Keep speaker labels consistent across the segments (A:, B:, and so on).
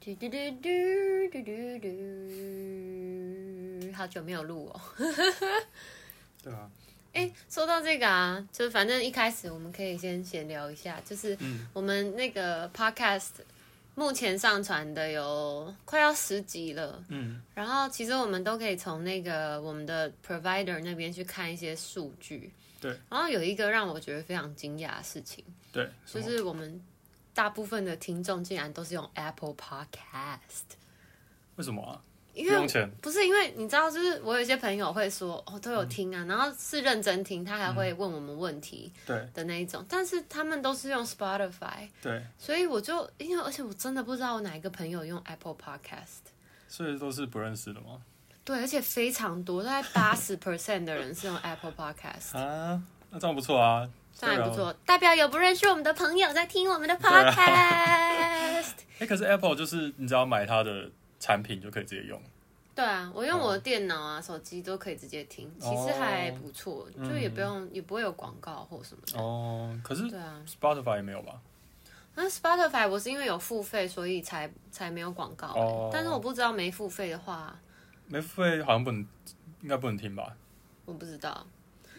A: 嘟嘟嘟嘟嘟嘟嘟，好久没有录哦。
B: 对啊，
A: 哎，说到这个啊，就是反正一开始我们可以先闲聊一下，就是
B: 嗯
A: 我们那个 podcast 目前上传的有快要十集了，
B: 嗯，
A: 然后其实我们都可以从那个我们的 provider 那边去看一些数据。
B: 对。
A: 然后有一个让我觉得非常惊讶的事情，
B: 对，
A: 就
B: 什么
A: 是我们大部分的听众竟然都是用 Apple Podcast，
B: 为什么啊？
A: 因
B: 不
A: 为
B: 用钱，嗯
A: 不是因为你知道，就是我有一些朋友会说哦都有听啊，然后是认真听，他还会问我们问题
B: 对
A: 的那一种，但是他们都是用 Spotify，
B: 对，
A: 所以我就因为而且我真的不知道我哪一个朋友用 Apple Podcast。
B: 所以都是不认识的吗？
A: 对，而且非常多，大 概八十 percent 的人是用 Apple Podcast，
B: 啊，那这样不错啊，
A: 这样也不
B: 代表。
A: 错。代表有不认识我们的朋友在听我们的
B: 对啊
A: Podcast。
B: 哎，可是 Apple 就是你只要买它的产品就可以直接用，
A: 对啊，我用我
B: 哦
A: 的电脑啊、手机都可以直接听，其实还不错，就也不用、也不会有广告或什么的。
B: 嗯哦，可是
A: 对啊，
B: Spotify 没有吧？
A: 那 Spotify 我是因为有付费，所以才才没有广告、欸
B: 哦
A: 但是我不知道没付费的话，
B: 没付费好像不能，应该不能听吧？
A: 我不知道。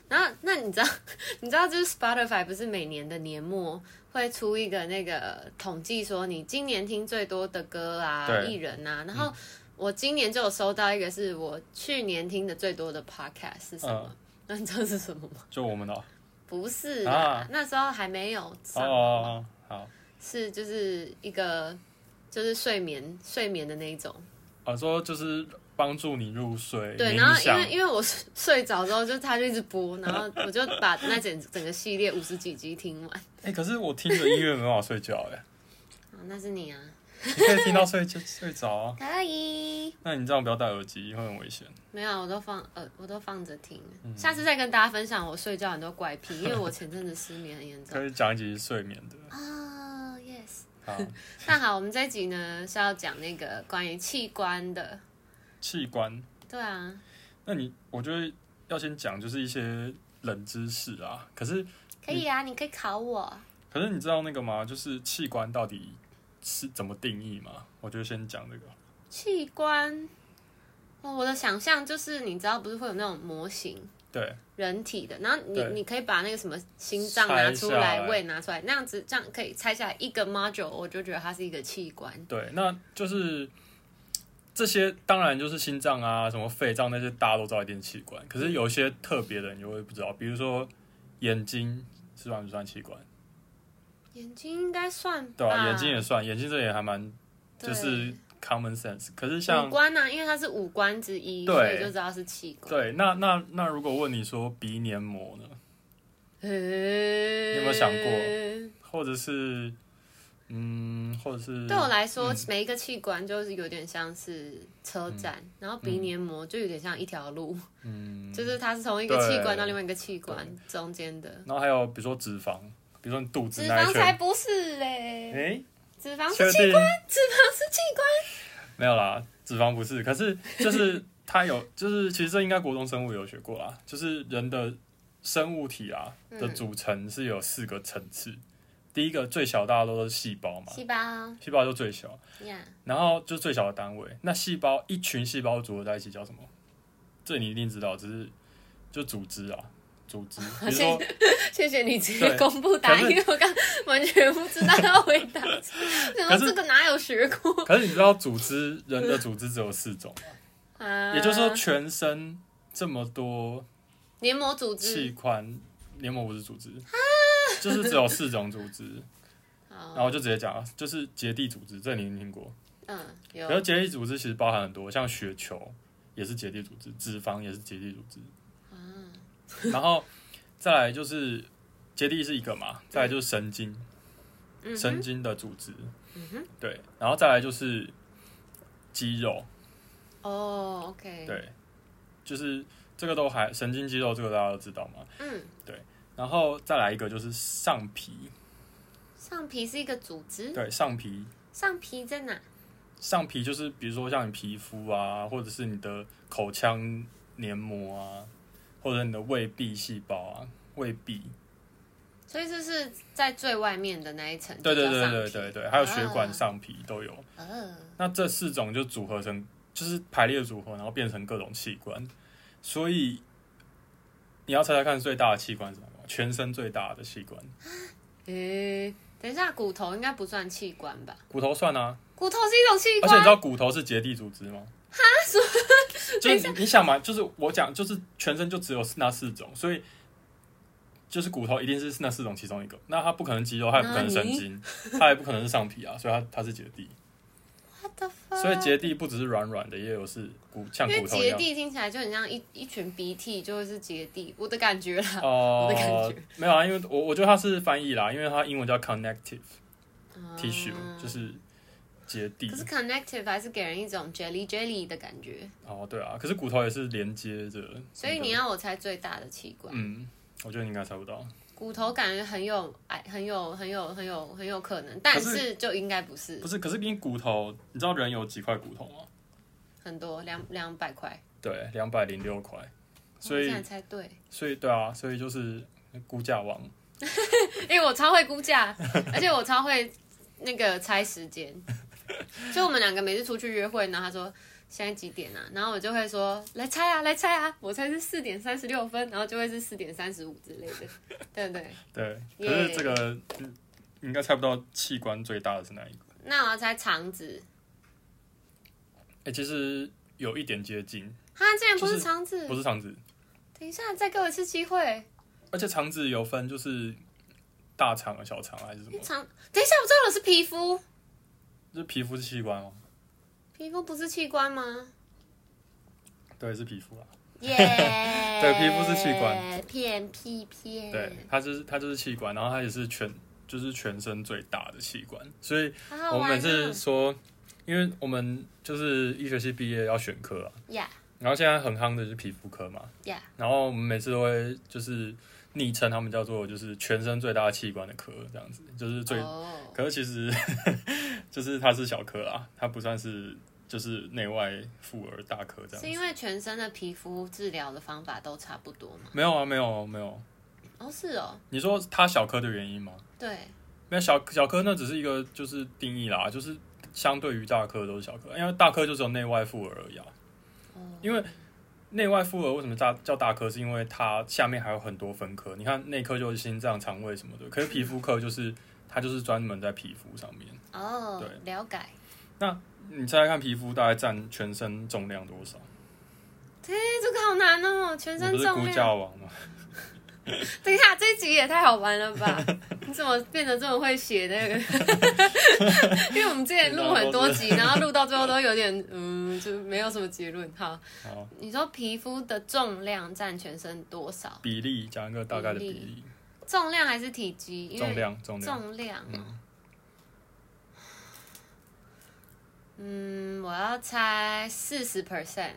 A: 然后，那你知道， 你知道就是 Spotify 不是每年的年末会出一个那个统计，说你今年听最多的歌啊、
B: 对嗯
A: 艺人啊。然后我今年就有收到一个是我去年听的最多的 podcast 是什么？
B: 嗯
A: 那你知道是什么吗？
B: 就我们的哦
A: 不是啊
B: 啊，
A: 那时候还没有
B: 哦
A: 上，
B: 哦，哦
A: 是就是一个就是睡眠睡眠的那一种。
B: 好，啊，说就是帮助你入睡，
A: 对，
B: 冥
A: 然后因
B: 想
A: 为因为我睡 睡着之后，就他就一直播，然后我就把那整 整个系列五十几集听完。
B: 哎，可是我听着音乐没办法睡觉，哎，
A: 啊那是你啊，
B: 你可以听到睡就睡着啊，
A: 可以。
B: 那你这样不要戴耳机会很危险。
A: 没有，我都放呃，我都放着听。
B: 嗯
A: 下次再跟大家分享我睡觉很多怪癖，因为我前阵子失眠很严重
B: 可。以讲一集睡眠的，
A: 哦、y e s
B: 好，
A: 那好，我们这一集呢是要讲那个关于器官的。
B: 器官。
A: 对啊，
B: 那你我觉得要先讲就是一些冷知识啊。可是
A: 可以啊，你可以考我。
B: 可是你知道那个吗？就是器官到底是怎么定义吗？我觉得先讲这个。
A: 器官，哦，我的想象就是你知道，不是会有那种模型，
B: 对，
A: 人体的，然后你
B: 对
A: 你可以把那个什么心脏
B: 拆
A: 拿出来
B: 下，来
A: 胃拿出来，那样子这样可以拆下来一个 module，我就觉得它是一个器官。
B: 对，那就是这些，当然就是心脏啊、什么肺脏那些，大家都知道一定是器官。可是有一些特别的，你就会不知道，比如说眼睛是算不算器官？
A: 眼睛应该算
B: 对
A: 吧，
B: 吧、眼睛也算，眼睛这也还蛮
A: 啊对
B: 就是 common sense。可是像
A: 五官呐、啊，因为它是五官之一，
B: 对
A: 所以就知道是器官。
B: 对，那那那如果问你说鼻黏膜呢，
A: 对
B: 有没有想过？嗯或者是嗯，或者是
A: 对我来说，
B: 嗯
A: 每一个器官就是有点像是车站，然后鼻黏膜就有点像一条路，
B: 嗯，
A: 就是它是从一个器官
B: 对
A: 到另外一个器官中间的。
B: 然后还有比如说脂肪，比如说你肚子
A: 脂
B: 那一
A: 肪才
B: 圈，
A: 不是嘞，
B: 诶，
A: 脂肪
B: 确
A: 是器
B: 定
A: 官，脂肪是器官。
B: 没有啦，脂肪不是，可是就是它有，就是其实这应该国中生物有学过啦，就是人的生物体啊的
A: 嗯
B: 组成是有四个层次，第一个最小大家都是细胞嘛，
A: 细胞
B: 细胞就最小，
A: 呀
B: 然后就最小的单位。那细胞一群细胞组合在一起叫什么？这你一定知道，只是就组织啊，组织。比如说，
A: 谢谢你直接
B: 对
A: 公布答案，
B: 可是
A: 因为我刚完全不知道要回答。然后
B: 可是
A: 这个哪有学过
B: 可是你知道组织人的组织只有四种，
A: 啊？
B: 也就是说全身这么多
A: 黏膜组
B: 器
A: 织。
B: 官黏膜不是组织，就是只有四种组织。然
A: 好，
B: 后我就直接讲啊，就是结缔组织，这你一定听过。
A: 嗯，有
B: 可是结缔组织其实包含很多，像血球也是结缔组织，脂肪也是结缔组织。
A: 啊
B: 然后再来就是结缔是一个嘛，再来就是神经，
A: 嗯
B: 神
A: 哼，
B: 经的组织，
A: 嗯哼，
B: 对，然后再来就是肌肉，
A: 哦，OK，，
B: 对，就是这个都还神经肌肉这个大家都知道嘛。
A: 嗯，
B: 然后再来一个就是上皮，
A: 上皮是一个组织，
B: 对，上皮
A: 上皮在哪？
B: 上皮就是比如说像你皮肤啊，或者是你的口腔黏膜啊，或者你的胃壁细胞啊，胃壁
A: 所以就是在最外面的那一层，
B: 对对对
A: 就叫
B: 对
A: 上
B: 对
A: 皮，
B: 对，还有血管
A: 啊
B: 上皮都有。
A: 呃，
B: 那这四种就组合成，就是排列组合，然后变成各种器官。所以你要猜猜看，最大的器官是什么？全身最大的器官，
A: 诶、等一下，骨头应该不算器官吧？
B: 骨头算啊。
A: 骨头是一种器
B: 而且
A: 官，
B: 哦你知道骨头是结缔组织吗？哈，就是你你想嘛，就是我讲，就是全身就只有那四种，所以就是骨头一定是那四种其中一个。那它不可能肌肉，它也不可能神经，它也不可能是上皮啊，所以它它是结缔。
A: What the fuck？
B: 所以结缔不只是软软的，也有是骨像
A: 啊因为
B: 骨头一
A: 结
B: 样。
A: 缔听起来就很像一一群鼻涕，就是结缔，我的感觉啦。
B: 哦
A: 我的感觉
B: 没有啊，因为我我觉得它是翻译啦，因为它英文叫 connective
A: 嗯
B: tissue，、就是结
A: 可是
B: 缔。
A: connective 还是给人一种 jelly jelly 的感觉，
B: 哦，对啊，可是骨头也是连接着那个。
A: 所以你要我猜最大的器官，
B: 嗯，我觉得你应该猜不到。
A: 骨头感觉很有哎，很有很有很有很有可能，但
B: 可
A: 是就应该不是
B: 不是，可是因为骨头，你知道人有几块骨头吗？
A: 很多两两百块，
B: 对，两百零六
A: 哦
B: 块。所
A: 我
B: 以
A: 竟，然猜对，
B: 所以对啊，所以就是估价王。
A: 因为我超会估 价，而且我超会那个猜时间，就我们两个每次出去约会呢，他说。现在几点啊？然后我就会说来猜啊，来猜啊！我猜是四点三十六分，然后就会是四点三十五之类的，对不对？
B: 对，可
A: 耶
B: 是这个嗯你应该猜不到器官最大的是哪一个。
A: 那我要猜肠子，
B: 哎、其实有一点接近，
A: 他竟然不
B: 就是是
A: 肠子，
B: 不是肠子，
A: 等一下再给我一次机会。
B: 而且肠子有分就是大肠啊、小肠啊还是什么？
A: 肠，等一下，我知道了是皮肤，
B: 就是皮肤是器官哦。
A: 皮肤不是器官 吗？
B: 对，是皮肤啊。
A: 耶、
B: 对皮肤是器官，
A: 骗屁骗。
B: 对，，它就是它就是器官，然后它也是全就是全身最大的器官，所以
A: 好好
B: 我们
A: 玩
B: 每
A: 哦
B: 次说，因为我们就是医学系毕业要选科啊，
A: 呀
B: 然后现在很夯的就是皮肤科嘛，
A: 呀，
B: 然后我们每次都会就是昵称他们叫做就是全身最大的器官的科这样子，就是最，
A: 哦
B: 可是其实 就是它是小科啊，它不算是就是内外妇儿大科这
A: 是
B: 样
A: 因
B: 子。
A: 为全身的皮肤治疗的方法都差不多嘛？
B: 没有啊，没有没有，
A: 哦，是哦，
B: 你说它小科的原因吗？
A: 对，
B: 没有小小科那只是一个就是定义啦，就是相对于大科都是小科，因为大科就只有内外妇儿而已啊。
A: 哦，
B: 因为内外妇儿为什么大叫大科，是因为它下面还有很多分科。你看内科就是心脏、肠胃什么的，可是皮肤科就是它就是专门在皮肤上面。
A: 哦
B: 对，
A: 了解。
B: 你猜猜看，皮肤大概占全身重量多少？
A: 哎、这个好难哦，全
B: 你
A: 身
B: 不是
A: 重
B: 估
A: 量。
B: 价王吗？
A: 等一下，这一集也太好玩了吧？ 你怎么变得这么会写那个？ 因为我们之前录很多集，然后录到最后都有点嗯，就没有什么结论。好，
B: 好，
A: 你说皮肤的重量占全身多少？
B: 比例讲一个大概的比
A: 比
B: 例，
A: 重量还是体积？因为
B: 重量重量。
A: 重量哦
B: 嗯
A: 嗯，我要猜四十 percent，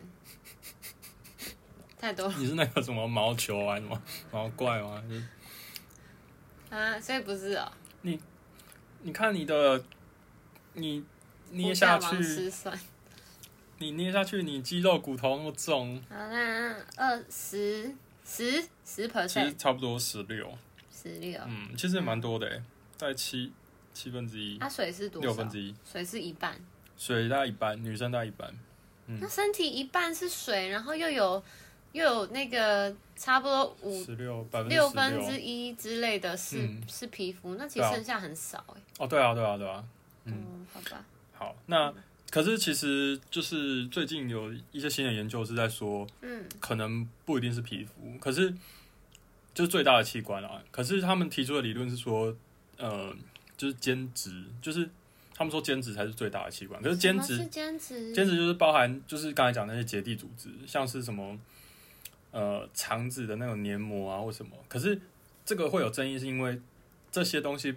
A: 太多了
B: 你是那个什么毛球啊，什么毛怪吗？就是
A: 啊，所以不是哦。
B: 你看你的，你捏
A: 我
B: 下
A: 下
B: 去
A: 王，失算。
B: 你捏下去，你肌肉骨头那么重，
A: 好啦，二十十十
B: 其实
A: percent，
B: 差不多十六，
A: 哦十六。
B: 嗯，其实也蛮多的诶，在七七分之一
A: 啊，，水是多少？
B: 六分之一，
A: 水是一半，
B: 水大概一半，女生大概一半，嗯
A: 那身体一半是水，然后又有又有那个差不多五
B: 十六百分之
A: 六
B: 十
A: 分
B: 六
A: 之，一之类的是、
B: 嗯
A: 是皮肤，那其
B: 对
A: 实
B: 啊
A: 剩下很少哎、
B: 哦，对啊，对啊，对啊，嗯，
A: 嗯，好吧，
B: 好，
A: 嗯
B: 那可是其实就是最近有一些新的研究是在说，
A: 嗯，
B: 可能不一定是皮肤，可是就是最大的器官啊。可是他们提出的理论是说，呃，就是兼职，就是他们说兼职才是最大的器官。可是兼
A: 什么
B: 职
A: 是，兼职，
B: 兼职就是包含就是刚才讲的那些结缔组织，像是什么呃肠子的那种黏膜啊或什么。可是这个会有争议，是因为这些东西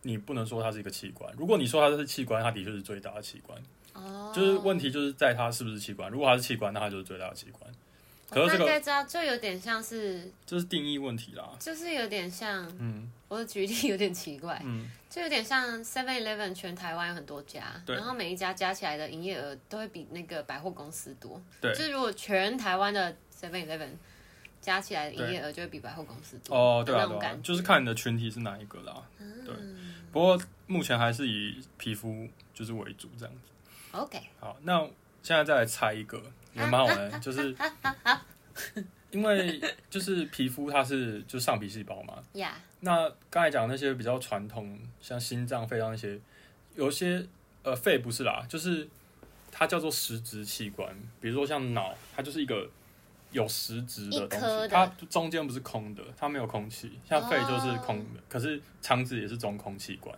B: 你不能说它是一个器官。如果你说它是器官，它的确是最大的器官。
A: 哦，
B: 就是问题就是在它是不是器官。如果它是器官，那它就是最大的器官。
A: 哦，
B: 可是
A: 大
B: 这个
A: 概知道，就有点像是，
B: 这是定义问题啦。
A: 就是有点像，
B: 嗯
A: 我的举例有点奇怪，
B: 嗯，
A: 就有点像 Seven Eleven 全台湾有很多家，
B: 对
A: 然后每一家加起来的营业额都会比那个百货公司多，
B: 对
A: 就是如果全台湾的 Seven Eleven 加起来的营业额就会比百货公司多
B: 哦，对
A: 那
B: 啊，
A: 种
B: 对啊
A: 感，觉
B: 就是看你的群体是哪一个啦。对
A: 嗯
B: 不过目前还是以皮肤就是为主这样子。
A: ，OK，
B: 好，那现在再来猜一个，也蛮好玩的， 就是因为就是皮肤它是就上皮细胞嘛，
A: 呀、
B: 那刚才讲那些比较传统，像心脏、肺脏那些，有些呃肺不是啦，就是它叫做实质器官，比如说像脑，它就是一个有实质的
A: 一
B: 东
A: 颗的
B: 西，它中间不是空的，它没有空气，像肺就是空的，
A: 哦
B: 可是肠子也是中空器官，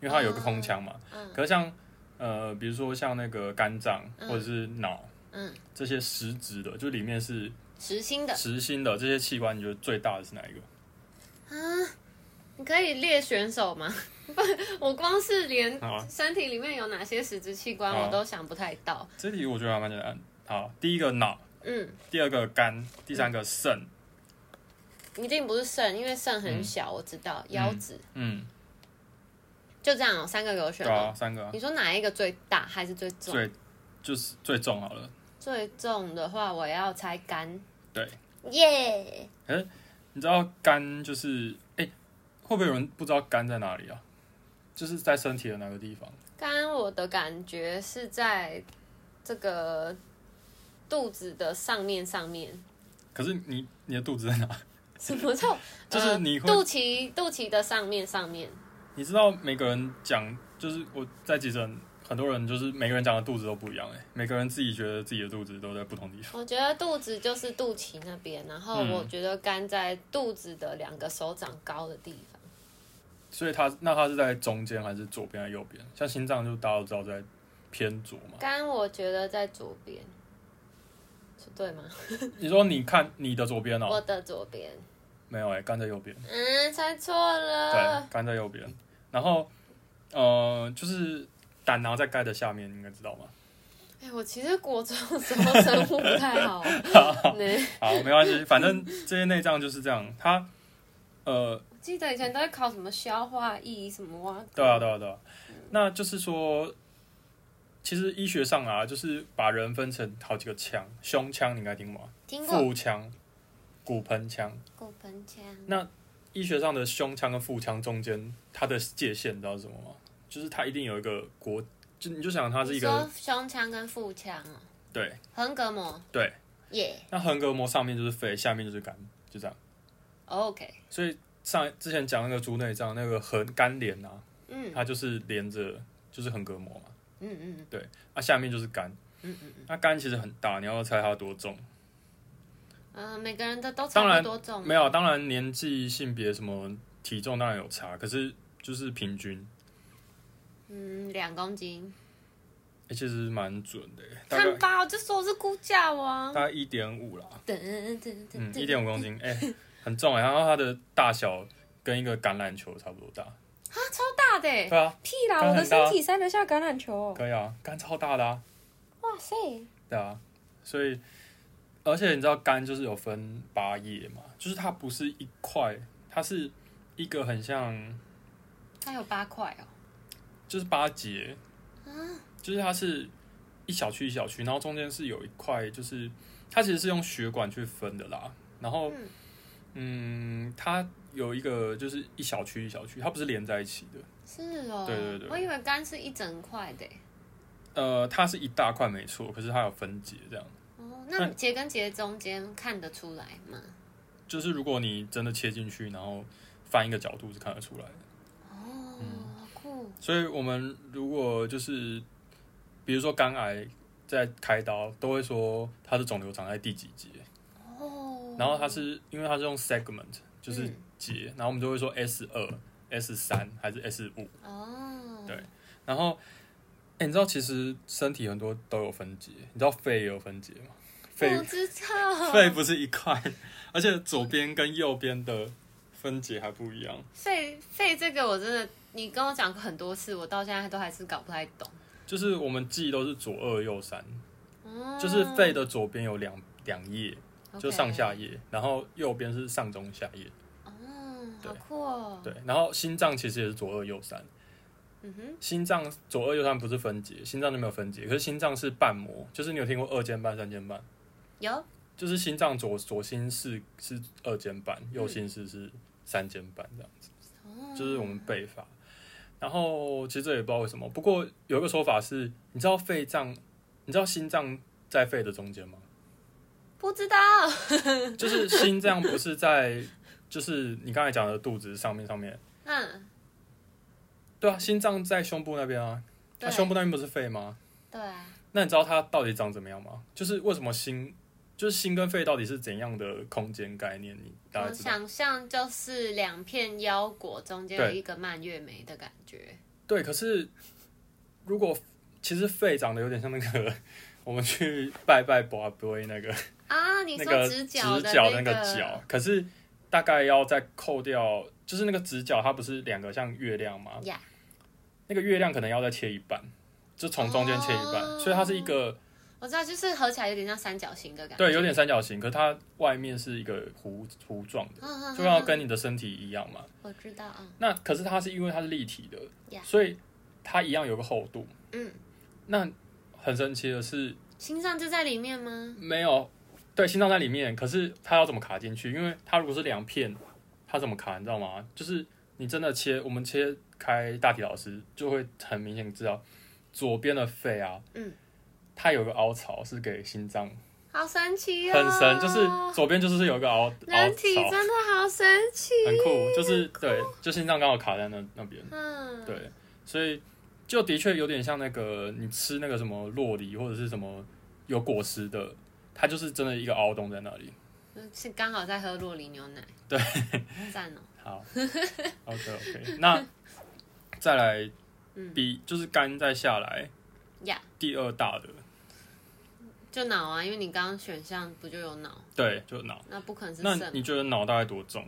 B: 因为它有一个空腔嘛。
A: 哦
B: 可是像呃，比如说像那个肝脏
A: 嗯
B: 或者是脑，
A: 嗯，
B: 这些实质的，就里面是
A: 实心的
B: 实心的这些器官，你觉得最大的是哪一个？
A: 你可以列选手吗？ 不，我光是连
B: 好啊
A: 身体里面有哪些实质器官
B: 好啊
A: 我都想不太到。
B: 这题我觉得还蛮简单。好，第一个脑，
A: 嗯，
B: 第二个肝，第三个肾。
A: 一定不是肾，因为肾很小，我知道。腰子
B: 嗯，
A: 就这样哦、三个给我选
B: 对
A: 哦。
B: 啊，三个啊
A: 你说哪一个最大还是最重？
B: 最就是最重好了。
A: 最重的话，我要猜肝。
B: 对，
A: 耶、
B: 你知道肝就是哎、会不会有人不知道肝在哪里啊？就是在身体的哪个地方？
A: 肝我的感觉是在这个肚子的上面上面。
B: 可是你你的肚子在哪？
A: 什么叫？
B: 就是你
A: 呃
B: 会
A: 肚脐肚脐的上面上面。
B: 你知道每个人讲，就是我在急诊，很多人就是每个人讲的肚子都不一样哎、每个人自己觉得自己的肚子都在不同地方。
A: 我觉得肚子就是肚脐那边，然后
B: 嗯
A: 我觉得肝在肚子的两个手掌高的地方。
B: 所以它那它是在中间还是左边还是右边？像心脏就大家都知道在偏左嘛。
A: 肝我觉得在左边，是对吗？
B: 你说你看你的左边哦、
A: 我的左边。
B: 没有哎、肝在右边，
A: 嗯，猜错了。
B: 对，肝在右边。然后呃，就是胆囊在肝的下面，你应该知道吗？
A: 哎、我其实国中的时候生物不太好，对，
B: 好，没关系，反正这些内脏就是这样。它呃，
A: 我记得以前都会考什么消化液什么哇。
B: 对啊，对啊，对啊。那就是说，其实医学上啊，就是把人分成好几个腔，胸腔你应该听过吗，
A: 听过
B: 腹腔、骨盆腔。
A: 骨盆腔，
B: 医学上的胸腔跟腹腔中间，它的界限你知道是什么吗？就是它一定有一个国，就你就想它是一
A: 你
B: 个
A: 说胸腔跟腹腔哦，
B: 对
A: 横膈膜
B: 对，
A: 耶、
B: 那横膈膜上面就是肺，下面就是肝，就这样。
A: 哦 OK，
B: 所以上之前讲那个猪内脏那个横肝连啊，
A: 嗯
B: 它就是连着就是横膈膜嘛，
A: 嗯嗯
B: 啊下面就是肝，
A: 嗯
B: 那肝其实很大，你要猜它多重？
A: 嗯，啊，每个人的都
B: 当
A: 差不
B: 然
A: 多重，
B: 没有，当然年纪、性别什么体重当然有差，可是就是平均，
A: 嗯，两公斤。
B: 欸、其实蛮准的、欸大概
A: 看吧，我就说我是估价王。
B: 大概一点五啦。
A: 噔噔噔
B: 嗯，
A: 噔，
B: 一点五公斤，哎、很重哎、然后它的大小跟一个橄榄球差不多 大。
A: 啊，超大的欸！
B: 对啊，
A: 屁啦，
B: 当然
A: 我的身
B: 很
A: 体塞得下橄榄球哦。
B: 可以啊，肝超大的啊，
A: 哇塞，
B: 对啊。所以，而且你知道肝就是有分八叶嘛，就是它不是一块，它是一个很像，
A: 它有八块哦。
B: 就是八节，就是它是一小区一小区，然后中间是有一块，就是它其实是用血管去分的啦。然后，嗯，它有一个就是一小区一小区，它不是连在一起的。
A: 是哦。
B: 对对对
A: 我以为肝是一整块的欸。
B: 呃，它是一大块没错，可是它有分解，这样
A: 哦，那节跟节中间看得出来吗？
B: 就是如果你真的切进去，然后翻一个角度是看得出来的。
A: 哦，
B: 嗯
A: 好酷。
B: 所以我们如果就是比如说肝癌在开刀，都会说它的肿瘤长在第几节，
A: 哦。
B: 然后它是因为它是用 segment 就是
A: 嗯
B: 节，然后我们就会说 S 二、S 三还是 S 五，
A: 哦。
B: 对然后。哎、你知道其实身体很多都有分解，你知道肺也有分解吗？肺
A: 我知道。
B: 肺不是一块， 而且左边跟右边的分解还不一样。
A: 肺肺这个我真的，你跟我讲过很多次，我到现在都还是搞不太懂。
B: 就是我们记都是左二右三，
A: 哦
B: 就是肺的左边有两两叶，就
A: OK
B: 上下叶，然后右边是上中下叶。
A: 哦，好
B: 对
A: 酷哦！
B: 对，然后心脏其实也是左二右三，
A: 嗯哼，
B: 心脏左二右三不是分解，心脏就没有分解，可是心脏是瓣膜，就是你有听过二尖瓣、三尖瓣，
A: 有
B: 就是心脏左左心室是二尖瓣，
A: 嗯
B: 右心室是三尖瓣这样子，
A: 哦
B: 就是我们背法。然后其实这也不知道为什么，不过有一个说法是，你知道肺脏，你知道心脏在肺的中间吗？
A: 不知道，
B: 就是心脏不是在，就是你刚才讲的肚子上面上面，
A: 嗯，
B: 对啊，心脏在胸部那边啊，那、
A: 对
B: 胸部那边不是肺吗？
A: 对啊，
B: 那你知道它到底长怎么样吗？就是为什么心，就是心跟肺到底是怎样的空间概念？你大
A: 我
B: 家知道？
A: 想象就是两片腰果中间有
B: 对
A: 一个蔓越莓的感觉，
B: 对，可是如果其实肺长得有点像那个我们去拜拜拔杯那个
A: 啊，你
B: 那
A: 说
B: 个
A: 直角
B: 角
A: 的
B: 那
A: 个
B: 角，可是大概要再扣掉，就是那个直角它不是两个像月亮吗？
A: 呀
B: 那个月亮可能要再切一半，就从中间切一半，
A: 哦
B: 所以它是一个
A: 我知道，就是合起来有点像三角形的感觉，
B: 对有点三角形，可是它外面是一个弧弧状的，
A: 嗯，嗯
B: 就要
A: 嗯
B: 跟你的身体一样嘛。
A: 我知道啊，
B: 那可是它是因为它是立体的
A: Yeah
B: 所以它一样有个厚度。
A: 嗯，
B: 那很神奇的是，
A: 心脏就在里面吗？
B: 没有对心脏在里面，可是它要怎么卡进去？因为它如果是两片，它怎么卡？你知道吗？就是你真的切，我们切开大体老师就会很明显知道，左边的肺啊，
A: 嗯，
B: 它有个凹槽是给心脏，
A: 好神奇哦，
B: 很神，就是哦左边就是有一个凹凹
A: 人体
B: 槽，
A: 真的好神奇，
B: 很酷，就是对，就心脏刚好卡在那那边。
A: 嗯，
B: 对，所以就的确有点像那个你吃那个什么洛梨或者是什么有果实的，它就是真的一个凹洞在那 里。
A: 是刚好在喝洛梨牛奶，
B: 对，
A: 赞哦，
B: 好，OK OK，那再来
A: 嗯
B: 比就是肝再下来
A: 呀
B: 第二大的，
A: 就脑啊，因为你刚刚选项不就有脑，
B: 对，就脑。
A: 那不可嗯能是
B: 那
A: 肾
B: 你觉得脑大概多重？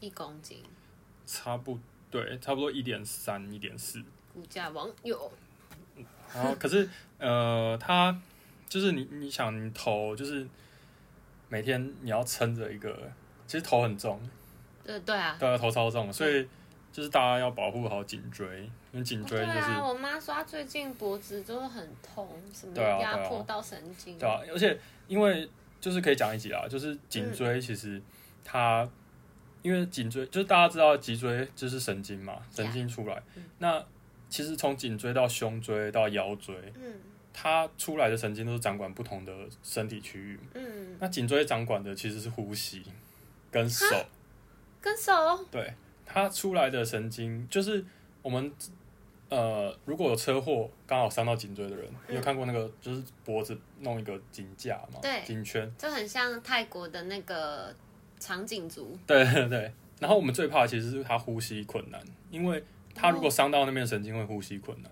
A: 一公斤，
B: 差不对，差不多一点三、一点四。
A: 骨架网友，
B: 然后可是呃，它就是你你想你头就是每天你要撑着一个，其实头很重，
A: 对对啊，
B: 对啊，头超重，所以就是大家要保护好颈椎，因为颈椎
A: 对
B: 就是
A: 啊，我妈说她最近脖子就是很痛，什么
B: 对啊对啊
A: 压迫到神经，
B: 对啊，而且因为就是可以讲一集啦，就是颈椎其实它、因为颈椎就是大家知道脊椎就是神经嘛，神经出来，
A: 嗯
B: 那其实从颈椎到胸椎到腰椎，
A: 嗯
B: 它出来的神经都是掌管不同的身体区域。
A: 嗯，
B: 那颈椎掌管的其实是呼吸跟手，
A: 跟手，
B: 对，它出来的神经就是我们呃，如果有车祸刚好伤到颈椎的人，你有看过那个就是脖子弄一个颈架嘛，
A: 对
B: 颈圈，
A: 就很像泰国的那个长颈族，
B: 对对对。然后我们最怕的其实是他呼吸困难，因为他如果伤到那边的神经会呼吸困难，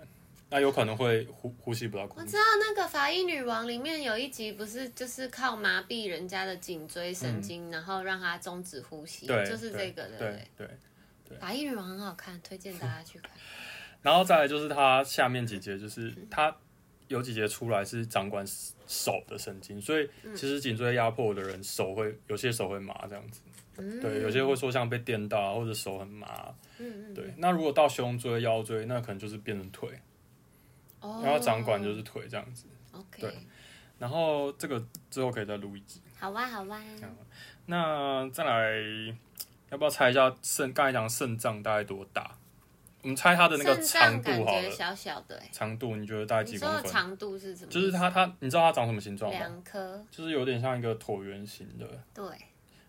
B: 那有可能会呼呼吸不到
A: 我
B: 空
A: 知
B: 气。
A: 道那个《法医女王》里面有一集，不是就是靠麻痹人家的颈椎神经，然后让他终止呼吸，
B: 对，
A: 就是这个对
B: 对
A: 不
B: 对
A: 对？
B: 对。对
A: 法医女王很好看，推荐大家去看。
B: 然后再来就是它下面几节，就是它有几节出来是掌管手的神经，所以
A: 嗯
B: 其实颈椎压迫的人手会有些手会麻这样子，
A: 嗯，
B: 对，有些会说像被电到啊，或者手很麻，
A: 嗯嗯，
B: 对。那如果到胸椎、腰椎，那可能就是变成腿，
A: 哦，
B: 然后掌管就是腿这样子。对
A: OK，
B: 然后这个之后可以再录一集。
A: 好哇好啊哇，
B: 好那再来，要不要猜一下肾？刚才讲肾脏大概多大？我们猜它的那个
A: 肾脏
B: 长度
A: 感
B: 好
A: 觉
B: 了，
A: 小小的、欸，
B: 长度你觉得大概
A: 你
B: 几公
A: 说的
B: 分？
A: 长度是什么意思？
B: 就是它它，你知道它长什么形状吗？
A: 两颗，
B: 就是有点像一个椭圆形的。
A: 对，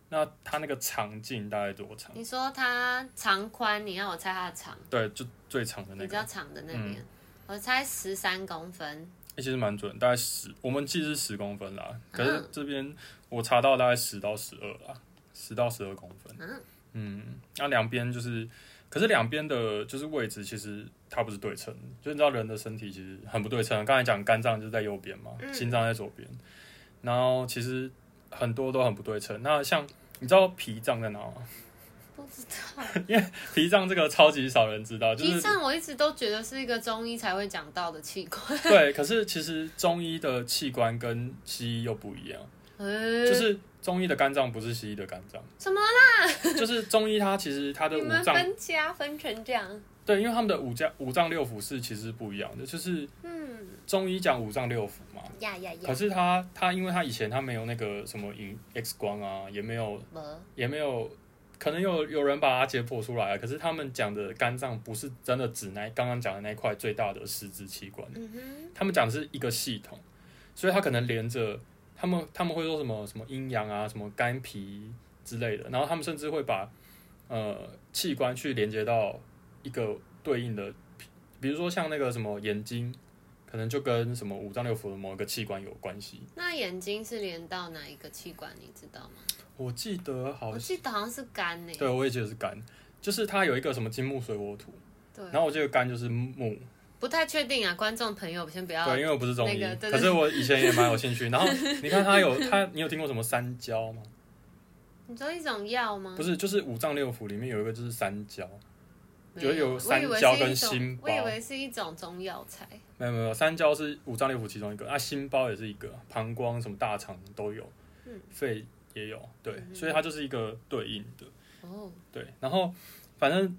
B: 那它那个长径大概多长？
A: 你说它长宽，你让我猜它的长，
B: 对，就最长的那
A: 比
B: 个，嗯
A: 较长的那边，我猜十三公分，
B: 欸、其实蛮准，大概十，我们记是十公分啦。可是
A: 嗯
B: 这边我查到大概十到十二啦，十到十二公分。
A: 嗯
B: 嗯，那两边就是，可是两边的就是位置其实它不是对称的，就你知道人的身体其实很不对称。刚才讲肝脏就是在右边嘛，
A: 嗯
B: 心脏在左边，然后其实很多都很不对称。那像你知道脾脏在哪吗？
A: 不知道。
B: 脾脏这个超级少人知道，就
A: 脾
B: 是
A: 脏我一直都觉得是一个中医才会讲到的器官，
B: 对，可是其实中医的器官跟西医又不一样，就
A: 就是
B: 中医的肝脏不是西医的肝脏，
A: 什么
B: 就是中医它其实它的
A: 呃你
B: 五
A: 们
B: 脏
A: 分家分成这样，
B: 对，因为他们的五脏五脏六腑是其实不一样的，就是
A: 嗯，
B: 中医讲五脏六腑嘛，
A: 呀呀
B: 可
A: 呀，
B: 是他他因为他以前他没有那个什么影 X 光啊，也没有
A: 没
B: 也没有，可能有有人把它解剖出来啊，可是他们讲的肝脏不是真的指那刚刚讲的那块最大的实质器官，
A: 嗯哼，
B: 他们讲的是一个系统，所以他可能连着他们他们会说什么什么阴阳啊，什么肝脾之类的，然后他们甚至会把呃器官去连接到一个对应的，比如说像那个什么眼睛，可能就跟什么五脏六腑的某一个器官有关系。
A: 那眼睛是连到哪一个器官？你知道吗？
B: 我记得好
A: 我
B: 像
A: 记得好像是肝呢、
B: 哦对我也记得是肝，就是它有一个什么金木水火土，
A: 对，
B: 然后我记得肝就是木，
A: 不太确定啊，观众朋友先不要。
B: 对，因为我不是中医，
A: 那个对对
B: 可是我以前也蛮有兴 趣。然后你看它有它，你有听过什么三焦吗？
A: 你说一种药吗？
B: 不是，就是五脏六腑里面有一个就是三焦，
A: 没有，
B: 有有
A: 我以为
B: 三
A: 是
B: 焦
A: 一
B: 跟
A: 种
B: 心包
A: 我以为是一种中药材。
B: 没有没有，三焦是五脏六腑其中一个，啊，心包也是一个，膀胱什么大肠都有，
A: 嗯
B: 肺也有，对，
A: 嗯
B: 所以它就是一个对应的，
A: 哦，
B: 对。然后反正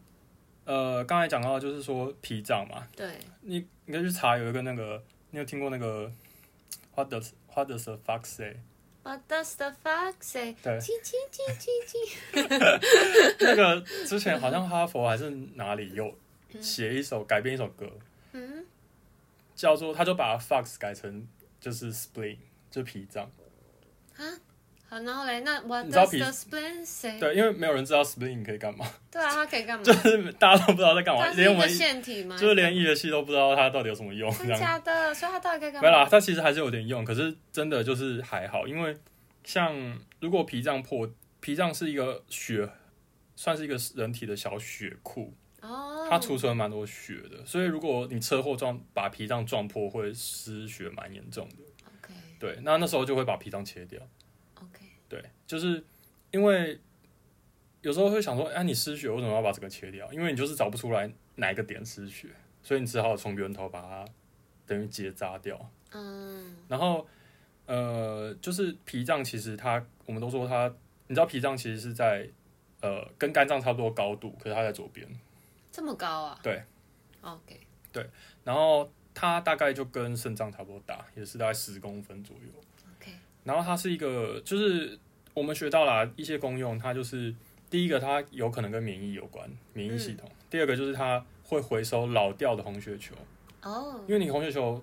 B: 呃，刚才讲到就是说脾脏嘛，
A: 对，
B: 你你可以去查有一个那个，你有听过那个 What does What does the fox say？
A: What does the fox say？
B: 对
A: 叽叽叽叽叽。
B: 那个之前好像哈佛还是哪里有写一首改编一首歌，
A: 嗯，
B: 叫做他就把 fox 改成就是 spleen，就是脾脏。
A: 啊好，然后嘞，那 What
B: 你知道
A: does
B: 皮
A: the spleen say？
B: 对，因为没有人知道 spleen 可以干嘛，
A: 对啊，它可以干嘛
B: 就？是大家都不知道在干嘛，
A: 它是
B: 连
A: 一
B: 我
A: 个
B: 们
A: 腺体吗？
B: 就是连医学系都不知道它到底有什么用这
A: 真的
B: 样。
A: 假的？所以它到底可以干
B: 没
A: 嘛？
B: 啦，它其实还是有点用，可是真的就是还好，因为像如果脾脏破，脾脏是一个血，算是一个人体的小血库，
A: 哦，
B: 它储存蛮多血的，所以如果你车祸撞把脾脏撞破，会失血蛮严重的。
A: OK
B: 对，那那时候就会把脾脏切掉。
A: OK，
B: 对，就是因为有时候会想说，哎、你失血为什么要把这个切掉？因为你就是找不出来哪一个点失血，所以你只好从源头把它等于结扎掉。
A: 嗯，
B: 然后呃，就是脾脏其实它，我们都说它，你知道脾脏其实是在呃跟肝脏差不多高度，可是它在左边，
A: 这么高啊？
B: 对
A: ，OK，
B: 然后它大概就跟肾脏差不多大，也是大概十公分左右。
A: OK
B: 然后它是一个，就是我们学到了一些功用，它就是第一个，它有可能跟免疫有关，免疫系
A: 嗯
B: 统；第二个就是它会回收老掉的红血球，
A: 哦，
B: 因为你红血球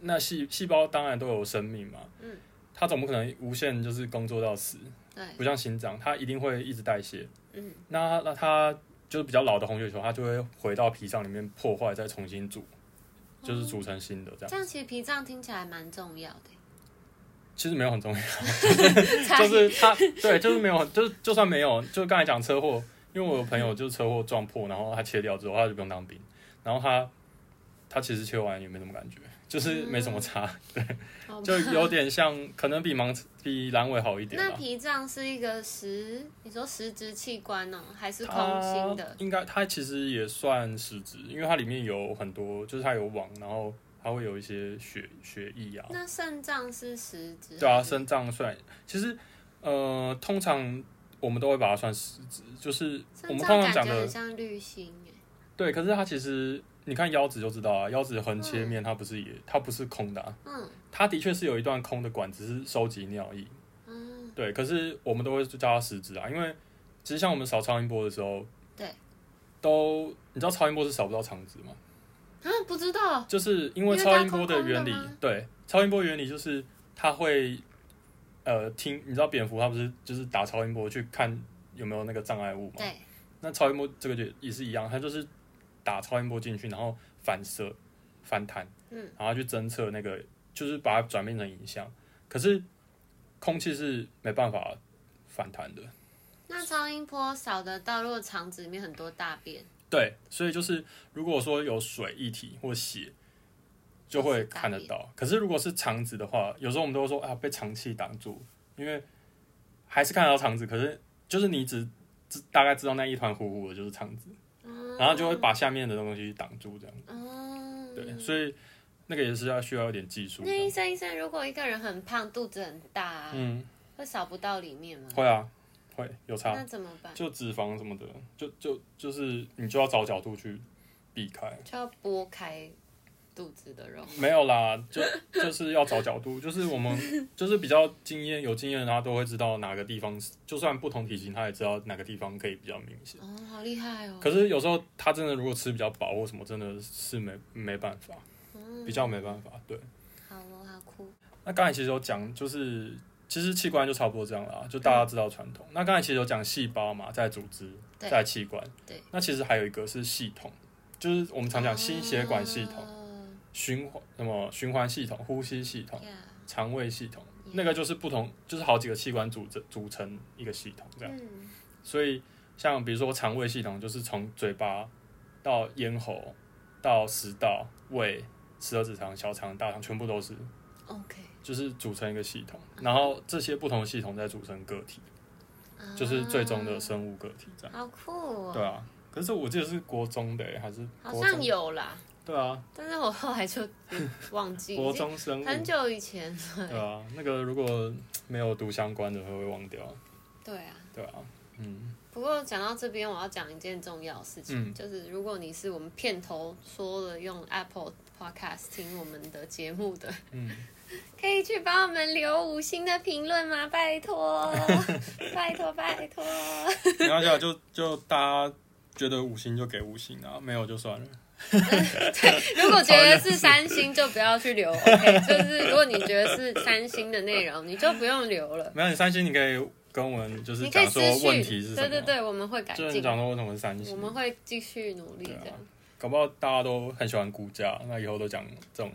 B: 那细细胞当然都有生命嘛，
A: 嗯，
B: 它总不可能无限就是工作到死，
A: 对，
B: 不像心脏，它一定会一直代谢。
A: 嗯，
B: 那那它就是比较老的红血球，它就会回到脾脏里面破坏，再重新组，就是组成新的这样。
A: 这样其实脾脏听起来蛮重要 的，
B: 其实没有很重要。
A: 才
B: 就是他，对，就是没有，就是就算没有，就刚才讲车祸，因为我有朋友就是车祸撞破，然后他切掉之后，他就不用当兵，然后他他其实切完也没什么感觉，就是没什么差，
A: 好吧
B: 就有点像，可能比盲比阑尾好一点啊
A: 那
B: 吧。
A: 脾脏是一个实，你说实质器官哦，还是空心
B: 它
A: 的？
B: 应该它其实也算实质，因为它里面有很多，就是它有网，然后它会有一些血血液啊，
A: 那肾脏是实质？
B: 对啊，
A: 还是
B: 肾脏算，其实呃，通常我们都会把它算实质，就是我
A: 肾
B: 们
A: 脏
B: 通
A: 感
B: 常讲
A: 觉
B: 的
A: 很像滤芯哎，
B: 对，可是它其实你看腰子就知道啊，腰子横切面它不是也它不是空的、啊，
A: 嗯
B: 它的确是有一段空的管子是收集尿液。
A: 嗯，
B: 对，可是我们都会叫它食指啊，因为其实像我们扫超音波的时候，
A: 对，
B: 都你知道超音波是扫不到肠子吗？
A: 啊不知道，
B: 就是因
A: 因为
B: 为超
A: 它
B: 音波
A: 空空的
B: 原理，
A: 吗
B: 对，超音波原理就是它会呃听，你知道蝙蝠它不是就是打超音波去看有没有那个障碍物吗？
A: 对，
B: 那超音波这个就也是一样，它就是打超音波进去，然后反射、反弹，
A: 嗯，
B: 然后去侦测那个，就是把它转变成影像。可是空气是没办法反弹的，
A: 那超音波扫得到，如果肠子里面很多大便，
B: 对，所以就是如果说有水液体或血，就会看得到。可是如果是肠子的话，有时候我们都会说啊，被肠气挡住，因为还是看得到肠子，可是就是你只只大概知道那一团糊糊的就是肠子，
A: 嗯
B: 然后就会把下面的东西挡住这样。
A: 嗯，
B: 对，所以那个也是要需要一点技术
A: 那
B: 的。
A: 医生医生，如果一个人很胖，肚子很大啊，
B: 嗯，
A: 会扫不到里面吗？
B: 会啊，会有差，
A: 那怎么办？
B: 就脂肪什么的，就就就是你就要找角度去避开。
A: 就要拨开肚子的肉。
B: 没有啦，就就是要找角度， 就是我们就是比较经验有经验的，他都会知道哪个地方，就算不同体型，他也知道哪个地方可以比较明显。
A: 哦，好厉害哦！
B: 可是有时候他真的如果吃比较饱或什么，真的是没没办法，
A: 嗯
B: 比较没办法。对，
A: 好哦，好酷。
B: 那刚才其实有讲，就是其实器官就差不多这样啦，就大家知道传统。那刚才其实有讲细胞嘛，在组织，
A: 对
B: 在器官。
A: 对。
B: 那其实还有一个是系统，就是我们常讲心血管系统、
A: 哦
B: 循环什么循环系统、呼吸系统、
A: ，yeah，
B: 肠胃系统
A: Yeah.，
B: 那个就是不同，就是好几个器官组成组成一个系统这样。
A: 嗯，
B: 所以像比如说肠胃系统，就是从嘴巴到咽喉到食道、胃、十二指肠、小肠、大肠，全部都是，
A: OK，
B: 就是组成一个系统。
A: 嗯
B: 然后这些不同的系统再组成个体，
A: 啊
B: 就是最终的生物个体这样。
A: 好酷哦，
B: 对啊，可是我记得是国中的、欸还是
A: 好
B: 国
A: 像
B: 中？
A: 有啦，
B: 对啊，
A: 但是我后来就忘 记，
B: 国
A: 已经
B: 中生物。
A: 很久以前
B: 对
A: 了。
B: 啊，那个如果没有读相关的，会会忘掉。
A: 对啊，
B: 对啊，嗯，
A: 不过讲到这边，我要讲一件重要的事情，
B: 嗯
A: 就是如果你是我们片头说了用 Apple Podcast 听我们的节目的，
B: 嗯
A: 可以去帮我们留五星的评论吗？拜 托，拜托，拜托。
B: 没关系啊，就就大家觉得五星就给五星啊，没有就算了。
A: 如果觉得是三星，就不要去 留。OK，就是如果你觉得是三星的内容，你就不用留了。
B: 没有，你三星你可以跟我们就是
A: 你可以
B: 讲
A: 私
B: 说问题是
A: 讯，
B: 什
A: 对
B: 么，
A: 对，对，我们会改
B: 就是你
A: 进，
B: 讲说为什么是三
A: 我
B: 星，
A: 们会继续努
B: 啊
A: 力这样。
B: 搞不好大家都很喜欢估价，那以后都讲这种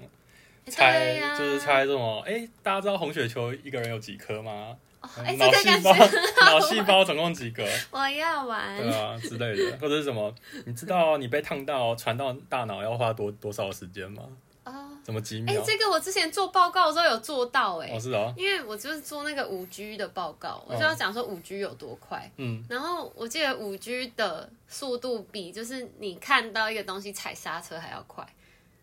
A: 对
B: 猜，
A: 呀
B: 就是猜这种，哎、大家知道红血球一个人有几颗吗？呃
A: 哦哎，
B: 脑
A: 这个
B: 细
A: 感
B: 胞
A: 觉
B: 脑细胞总共几个？
A: 我要玩。
B: 对啊之类的，或者是什么？你知道你被烫到传到大脑要花多多少时间吗？
A: 哦，
B: 怎么几
A: 哎、
B: 秒？
A: 这个我之前做报告的时候有做到哎、
B: 哦是哦，
A: 因为我就是做那个五 G 的报告，我就
B: 嗯
A: 要讲说五 G 有多快。
B: 嗯
A: 然后我记得五 G 的速度比就是你看到一个东西踩刹车还要快，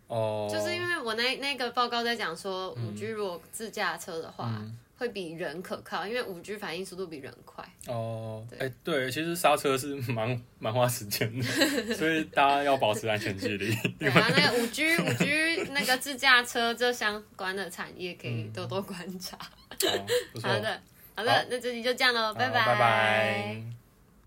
B: 哦，
A: 就是因为我那那个报告在讲说五 G 如果自驾车的话、
B: 嗯
A: 会比人可靠，因为五 G 反应速度比人快。
B: 哦，哎、对，其实刹车是蛮 蛮花时间的，所以大家要保持安 全距离。
A: 对啊，那个五 G 五 G 那个自驾车这相关的产业可以
B: 嗯
A: 多 多观察。
B: 好不错，
A: 啊好的，好
B: 好
A: 的，那这集就这样喽，
B: 好
A: 拜
B: 拜拜。